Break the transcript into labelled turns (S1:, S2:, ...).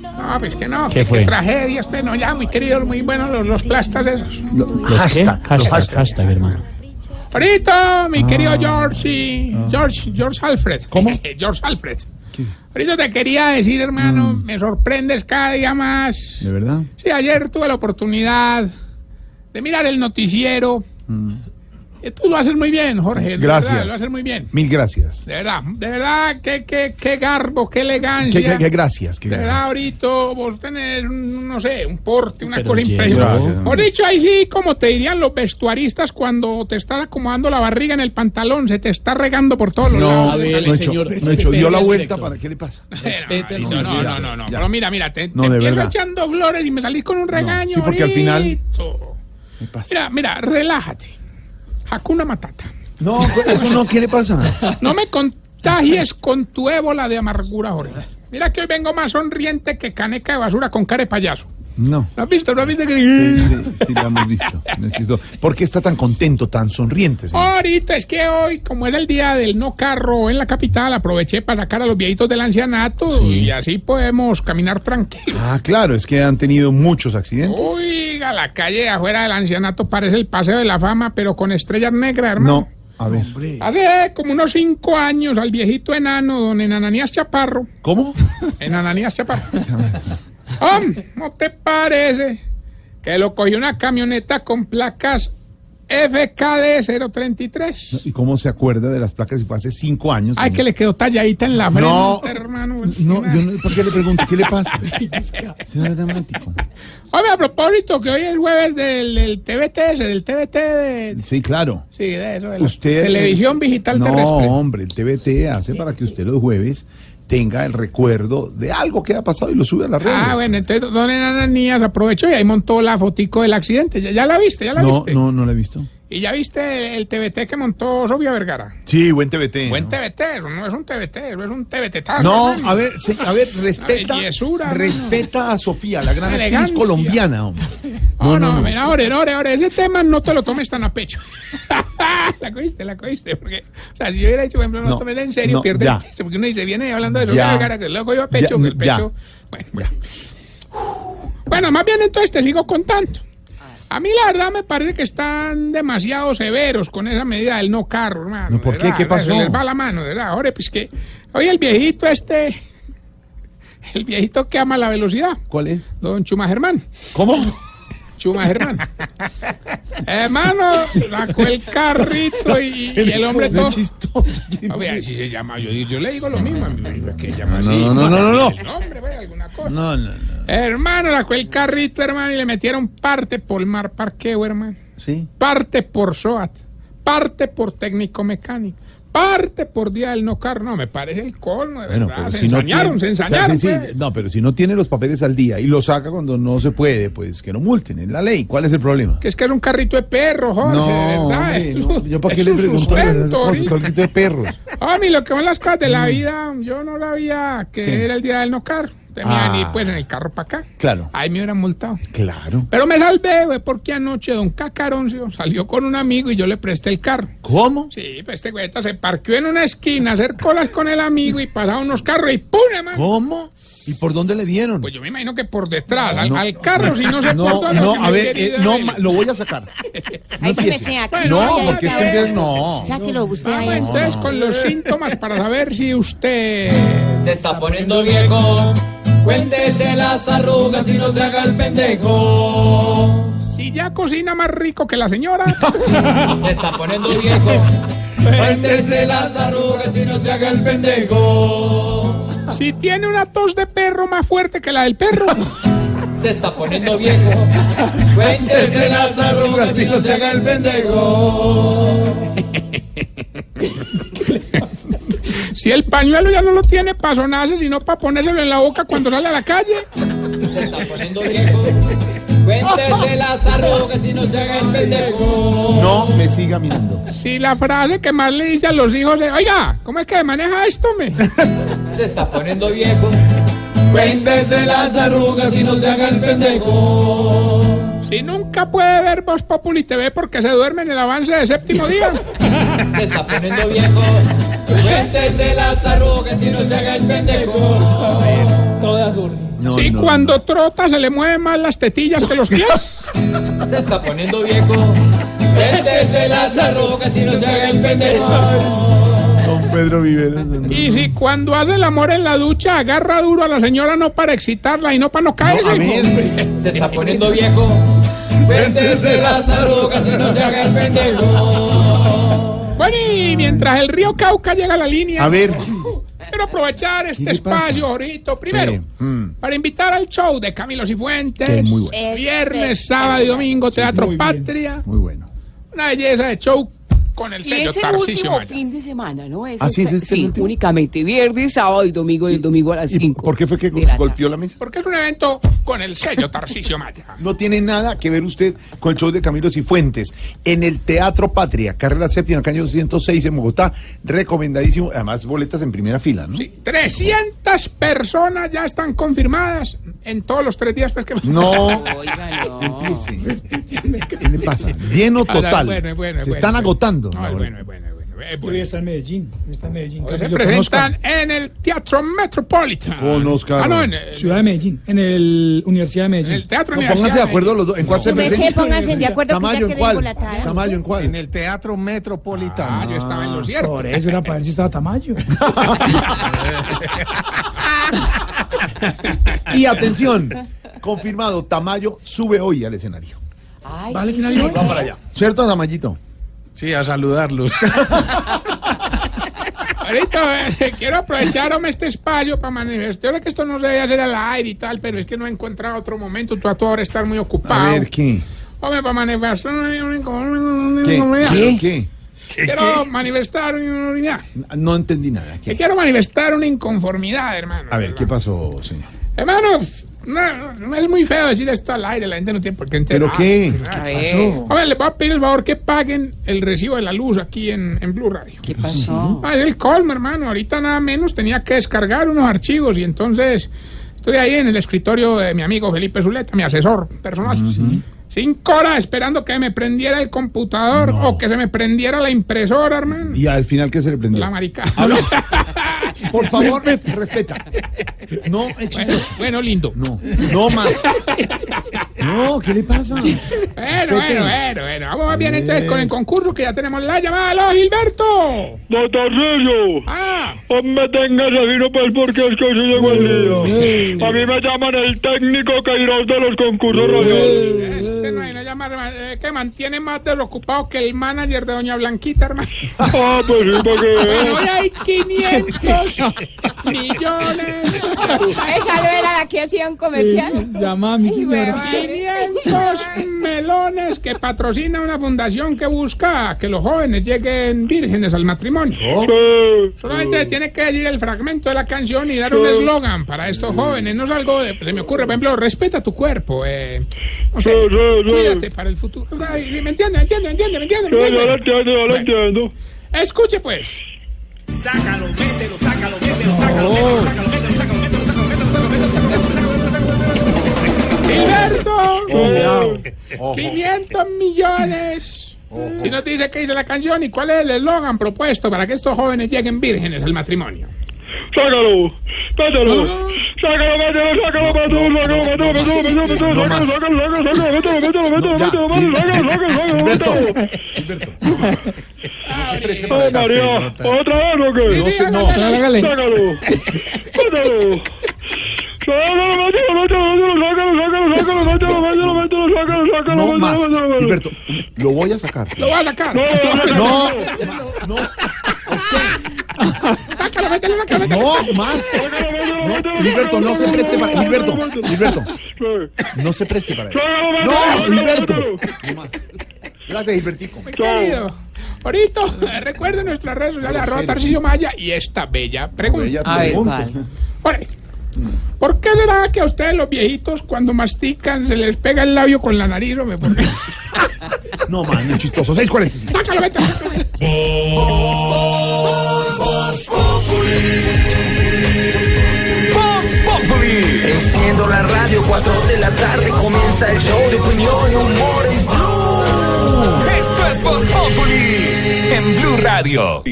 S1: No, pues que no,
S2: ¿Qué
S1: que,
S2: fue?
S1: que tragedia este no, ya muy querido, muy buenos los, los plastas esos.
S2: ¿Los qué?
S3: Hashtag,
S2: Hashtag,
S3: hashtag.
S2: hashtag, hermano.
S1: Ahorita,
S3: Ah.
S1: mi querido George, sí, George, George Alfred. ¿Cómo? George Alfred. Ahorita te quería decir, hermano,
S3: Mm.
S1: me sorprendes cada día más.
S3: ¿De verdad?
S1: Sí, ayer tuve la oportunidad de mirar el noticiero. Eh, Tú lo haces muy bien, Jorge. de
S3: Mm. Gracias.
S1: verdad, lo haces muy bien.
S3: Mil gracias.
S1: De verdad, de verdad, qué, qué, qué garbo, qué elegancia.
S3: ¿Qué, qué- qué gracias? qué
S1: de verdad,
S3: gracias.
S1: ahorita vos tenés, un, no sé, un porte, una
S2: Pero
S1: cosa
S2: llegó.
S1: impresionante.
S3: Gracias.
S1: Por dicho, ahí sí, como te dirían los vestuaristas cuando te están acomodando la barriga en el pantalón, se te está regando por todos los lados.
S2: Abel,
S3: no, hecho-
S2: señor,
S3: no
S2: respete
S3: hecho, dio la
S2: al
S3: vuelta
S2: director.
S3: para... ¿Qué le pasa?
S2: Respete al
S1: no,
S2: señor.
S1: no, no,
S3: ya,
S1: no, no.
S3: ya.
S1: Pero mira, mira, te, te
S3: No, de
S1: empiezo
S3: verdad.
S1: echando flores y me salís con un regaño.
S3: sí, porque al final-
S1: ahorito.
S3: ¿Qué pasa?
S1: Mira, mira, relájate. Hakuna Matata.
S3: No, eso no, ¿qué le pasa?
S1: No me contagies con tu ébola de amargura, Jorge. Mira que hoy vengo más sonriente que caneca de basura con cara de payaso.
S3: No.
S1: ¿Lo has visto? ¿Lo has visto?
S3: Sí, sí, sí, lo hemos visto. lo hemos visto. ¿Por qué está tan contento, tan sonriente? señor?
S1: Ahorita es que hoy, como era el día del no carro en la capital, aproveché para sacar a los viejitos del ancianato y así podemos caminar tranquilos.
S3: Ah, claro, es que han tenido muchos accidentes.
S1: Oiga, la calle de afuera del ancianato parece el paseo de la fama, pero con estrellas negras, hermano.
S3: No, a ver.
S1: Hace como unos cinco años al viejito enano, don Enananías Chaparro.
S3: ¿Cómo?
S1: Enananías Chaparro. Om, ¿no te parece que lo cogió una camioneta con placas FKD 033?
S3: ¿Y cómo se acuerda de las placas si fue hace cinco años?
S1: Ay,
S3: señor?
S1: que le quedó talladita en la frente,
S3: No,
S1: hermano.
S3: No, yo no- ¿por qué le pregunto? ¿Qué le pasa? Señor dramático.
S1: Oye, a propósito, que hoy es jueves del, del TBT, del TBT de,
S3: Sí, claro.
S1: Sí, de eso, de la
S3: Usted
S1: televisión digital
S3: no,
S1: terrestre.
S3: hombre, el TVT hace para que usted los jueves tenga el recuerdo de algo que ha pasado y lo sube a las redes.
S1: Ah, bueno, entonces don Ananías aprovechó y ahí montó la fotico del accidente. ¿Ya, ya la viste? ¿Ya la
S3: No,
S1: viste?
S3: no, no lo he visto.
S1: ¿Y ya viste el, el TBT que montó Sofía Vergara?
S3: Sí, buen TVT.
S1: Buen
S3: ¿no?
S1: TBT, eso no es un TBT, eso es un TBT.
S3: No, a ver, se- a ver, respeta,
S1: Ay, yesura, mano.
S3: respeta a Sofía, la gran actriz
S1: Elegancia.
S3: colombiana, hombre.
S1: No, no, mira, ore, ore, ore, ese tema no te lo tomes tan a pecho. la cogiste, la cogiste, porque, o sea, si yo hubiera dicho, por ejemplo, no,
S3: No,
S1: tomes en serio,
S3: no,
S1: pierde
S3: ya.
S1: el chiste, porque uno dice, viene hablando de Sofía
S3: Ya.
S1: Vergara, que luego yo a pecho,
S3: Ya,
S1: el pecho, bueno, ya. Bueno, más bien entonces te sigo contando. A mí la verdad me parece que están demasiado severos con esa medida del no carro, hermano.
S3: No, ¿por
S1: de
S3: qué?
S1: verdad,
S3: ¿Qué
S1: de verdad,
S3: pasó?
S1: Se les va la mano, de ¿verdad? Ahora, pues que, oye, el viejito este, el viejito que ama la velocidad,
S3: ¿Cuál es?
S1: don Chuma Germán.
S3: ¿Cómo?
S1: Chuma Germán. Hermano, sacó el carrito y, y el hombre todo.
S3: Es chistoso.
S1: Oye, así se llama. Yo, yo le digo lo mismo. a mí, es que llama
S3: No,
S1: así.
S3: no, no, no, no.
S1: El nombre, bueno, alguna cosa.
S3: No, no, no.
S1: Hermano, sacó el carrito, hermano, y le metieron parte por mar parqueo, hermano.
S3: Sí.
S1: Parte por SOAT. Parte por técnico mecánico. Parte por día del no carro. No, me parece el colmo, de
S3: Bueno,
S1: verdad.
S3: pero
S1: Ah, Se
S3: si no
S1: ensañaron,
S3: tiene-
S1: se
S3: o
S1: ensañaron.
S3: sea, sí, sí,
S1: pues.
S3: No, pero si no tiene los papeles al día y lo saca cuando no se puede, pues que lo multen, es la ley. ¿Cuál es el problema?
S1: Que es que era un carrito de perro, Jorge, de verdad.
S3: hombre,
S1: es
S3: no,
S1: un-
S3: yo para qué
S1: es
S3: le
S1: un
S3: pregunto esas
S1: sustento
S3: cosas,
S1: ahorita.
S3: cualquier tipo de perros.
S1: Ah, mi, lo que van las cosas de
S3: Mm.
S1: la vida, yo no sabía que
S3: ¿Qué?
S1: era el día del no carro. Tenía
S3: Ah.
S1: ni pues en el carro para acá.
S3: Claro.
S1: Ahí me hubieran multado.
S3: Claro.
S1: Pero me salvé, güey, porque anoche don Cacaroncio salió con un amigo y yo le presté el carro.
S3: ¿Cómo?
S1: Sí, pues este güey esta se parqueó en una esquina a hacer colas con el amigo y pasaron unos carros y ¡pum! hermano!
S3: ¿Cómo? ¿Y por dónde le dieron?
S1: Pues yo me imagino que por detrás,
S3: No,
S1: al,
S3: no,
S1: al carro, si no se
S3: no,
S1: acordó,
S3: no,
S1: que
S3: a
S1: mi
S3: ver,
S1: querido
S3: eh, no,
S1: Abel.
S3: ma- lo voy a sacar.
S4: Ahí
S2: pues
S4: sí me
S3: empiece.
S4: sea.
S1: Bueno,
S3: No,
S1: ya
S3: porque es
S1: está
S3: que
S1: bien.
S3: empiezas, no.
S4: Sáquelo usted
S1: Vamos
S4: ahí.
S1: entonces con los síntomas para saber si usted...
S5: Se está poniendo viejo, cuéntese las arrugas y no se haga el pendejo.
S1: Si ya cocina más rico que la señora...
S5: Se está poniendo viejo, cuéntese las arrugas y no se haga el pendejo.
S1: Si tiene una tos de perro más fuerte que la del perro.
S5: Se está poniendo viejo, cuéntese las arrugas y no se haga el pendejo.
S1: Si el pañuelo ya no lo tiene para sonarse, sino para ponérselo en la boca cuando sale a la calle.
S5: Se está poniendo viejo, cuéntese las arrugas y no se haga el pendejo.
S3: No me siga mirando.
S1: Si la frase que más le dice a los hijos es, oiga, ¿cómo es que maneja esto, me?
S5: Se está poniendo viejo, cuéntese las arrugas y no se haga el pendejo.
S1: Si nunca puede ver Voz Populi TV porque se duerme en el avance de séptimo día.
S5: Se está poniendo viejo. Cuéntese las arrugas y no se haga el pendejo.
S3: No,
S1: sí,
S3: no,
S1: cuando
S3: no.
S1: trota se le mueven más las tetillas que los pies.
S5: Se está poniendo viejo. Véndese las arrugas y no se haga el pendejo.
S3: Don Pedro Viveros. no, no.
S1: Y si cuando hace el amor en la ducha agarra duro a la señora no para excitarla y no para no caerse.
S3: a
S1: hijo.
S3: ver.
S5: Se está poniendo viejo. Véndese las arrugas y no se haga el pendejo.
S1: Bueno, y mientras el río Cauca llega a la línea,
S3: A ver.
S1: quiero aprovechar este
S3: ¿Qué le pasa?
S1: espacio, Jorito, primero,
S3: Sí, mm.
S1: para invitar al show de Camilo Cifuentes.
S3: Que es muy bueno.
S1: Viernes, sábado y domingo, Teatro
S5: muy bien.
S1: Patria.
S3: Muy bueno.
S1: Una belleza de show con el
S2: Y
S1: sello
S2: es el
S1: Tarcisio
S2: último
S1: Maya.
S2: fin de semana, ¿no? Es
S3: Ah, sí,
S2: este-
S3: es este el
S2: sí,
S3: último.
S2: únicamente viernes, sábado y domingo, y el domingo a las
S3: ¿Y
S2: 5.
S3: por qué fue que golpeó la mesa?
S1: Porque es un evento con el sello Tarcisio Maya.
S3: No tiene nada que ver usted con el show de Camilo Cifuentes. En el Teatro Patria, carrera séptima, caño 206 en Bogotá. Recomendadísimo. Además, boletas en primera fila, ¿no?
S1: Sí, 300 personas ya están confirmadas en todos los tres días. pues, que...
S3: No.
S2: Oiga, no.
S1: Pues,
S3: Empiece. ¿Qué le pasa? Lleno
S1: Ahora,
S3: total.
S1: Ah, bueno, es bueno, es
S3: Se
S1: bueno,
S3: están
S1: es bueno.
S3: agotando.
S1: No, es
S3: Ahora.
S1: bueno, es bueno, es bueno, es
S4: Hoy
S1: bueno.
S4: está en Medellín. hoy está en Medellín.
S1: Hoy
S4: que
S1: se
S4: lo
S1: presentan
S4: conozcan.
S1: en el Teatro Metropolitan.
S3: Conozcan.
S1: Ah, no, en, el-
S4: Ciudad de Medellín, en el Universidad de
S1: en el
S4: Medellín.
S1: Teatro
S3: No,
S1: Universidad
S3: pónganse de acuerdo los dos. ¿En cuál se
S6: Pues sí,
S3: presenta?
S6: pónganse de acuerdo que
S3: Tamayo,
S6: ya
S3: ¿en
S6: quedó
S3: cuál?
S6: embolatada.
S3: Tamayo, ¿en cuál?
S7: En el Teatro
S1: Ah, yo
S7: Metropolitano.
S1: estaba en lo cierto.
S4: Por eso era para ver si estaba Tamayo.
S3: Y atención, confirmado, Tamayo sube hoy al escenario.
S2: Ay,
S4: Vale,
S2: sí,
S4: final y-
S2: sí, sí.
S3: ¿Cierto, Tamayito?
S7: Sí, a saludarlos.
S1: Ahorita eh, quiero aprovechar hombre, este espacio para manifestar ahora que esto no se debe hacer al aire y tal, pero es que no he encontrado otro momento. Tú a toda hora estar muy ocupado.
S3: A ver, ¿qué?
S1: Hombre, para manifestar.
S3: ¿Qué?
S1: ¿Qué?
S3: ¿Qué?
S1: Quiero manifestar una
S3: No entendí nada. ¿Qué?
S1: Quiero manifestar una inconformidad, hermano.
S3: A ver, ¿qué
S1: pasa?
S3: pasó, señor?
S1: Hermano, no, no es muy feo decir esto al aire, la gente no tiene por qué enterar.
S3: ¿Pero qué?
S2: A ver,
S1: A ver, les voy a pedir el favor que paguen el recibo de la luz aquí en, en Blue Radio.
S2: ¿qué pasó?
S1: Ah, es el colmo, hermano. Ahorita nada menos tenía que descargar unos archivos y entonces estoy ahí en el escritorio de mi amigo Felipe Zuleta, mi asesor personal. Cinco horas esperando que me prendiera el computador o que se me prendiera la impresora, hermano.
S3: ¿Y al final qué se le prendió?
S1: La marica.
S3: Por favor, respeta. No, eche-
S1: bueno, bueno, lindo.
S3: no, no más. No, ¿qué le pasa?
S1: Bueno, bueno, bueno, bueno. Vamos bien entonces con el concurso que ya tenemos la llamada. ¡Aló, Gilberto!
S8: Don Tarcillo,
S1: ¡Ah!
S8: hombre, téngase vino pues porque es que hoy sí llegó el día. A mí me llaman el técnico Queiroz de los concursos radiales.
S1: Este no hay no llama, eh, que mantiene más de lo ocupado que el manager de Doña Blanquita, hermano.
S8: Ah, pues sí, para que
S1: Bueno, hoy
S8: vean.
S1: hay 500 millones.
S6: Esa no era la que hacían comercial.
S4: Llama a mi señora.
S6: weón.
S1: 500 melones que patrocina una fundación que busca que los jóvenes lleguen vírgenes al matrimonio.
S8: Eh,
S1: Solamente se tiene que decir el fragmento de la canción y dar un eslogan para estos jóvenes. No es algo de- se me ocurre, por ejemplo, respeta tu cuerpo. Eh, no sé,
S8: Sí, sí, sí.
S1: cuídate para el futuro. Ay, ¿Me entiende? ¿Me entiende? ¿Me entiende? ¿Me entiende? ¿Me
S8: Yo yo lo
S1: entiende?
S8: entiendo, yo lo entiendo.
S1: Escuche pues.
S7: Sácalo, mételo, sácalo, mételo, sácalo, sácalo, mételo, sácalo, mételo, sácalo, mételo, sácalo, mételo,
S1: Gilberto,
S3: Ojo.
S1: 500 millones. Si no te dice qué dice la canción y cuál es el eslogan propuesto para que estos jóvenes lleguen vírgenes al matrimonio.
S8: Sácalo, mételo.
S6: Ah.
S8: Sácalo, mételo, sácalo, mételo, sácalo, mételo, mételo, mételo, mételo,
S3: No
S8: sácalo,
S3: más.
S8: sácalo, sácalo, sácalo, mételo, mételo, mételo,
S3: ya.
S8: mételo, mételo, sácalo, sácalo, sácalo,
S3: Gilberto,
S8: mételo.
S3: Gilberto.
S8: Oh, María, ¿otra vez o qué?
S1: Sí, sí,
S3: no.
S1: hágale.
S4: Hágale.
S8: Sácalo. Sácalo. Sácalo, mételo, mételo, mételo, sácalo, sácalo, sácalo, mételo, mételo, mételo, sácalo, sácalo,
S3: No
S8: mételo,
S3: más.
S8: mételo, mételo.
S3: Gilberto, lo voy a sacar.
S1: Lo va a sacar.
S8: No,
S3: No,
S8: no, no,
S3: no,
S1: Sácalo, mételo, sácalo, mételo.
S3: no más. No, Gilberto, no se preste para. Gilberto, Gilberto, no se preste para.
S8: Sácalo,
S3: No,
S8: mételo,
S3: Gilberto.
S8: mételo.
S3: No más. Gracias, Gilbertico.
S1: Mi querido. Ahorita, recuerden nuestras redes sociales, arroba Tarcillo Maya y esta bella pregunta.
S3: Bella
S2: A ver,
S3: pregunta.
S2: vale.
S1: Ore, ¿Por qué será que a ustedes los viejitos cuando mastican se les pega el labio con la nariz? hombre? ¿Por qué?
S3: No más, no es chistoso. 645.
S1: Sácalo, mételo, sácalo, mételo.
S9: Enciendo la radio, 4 de la tarde comienza el show de opinión y humor en Blue. Esto es Voz Populi en Blue Radio.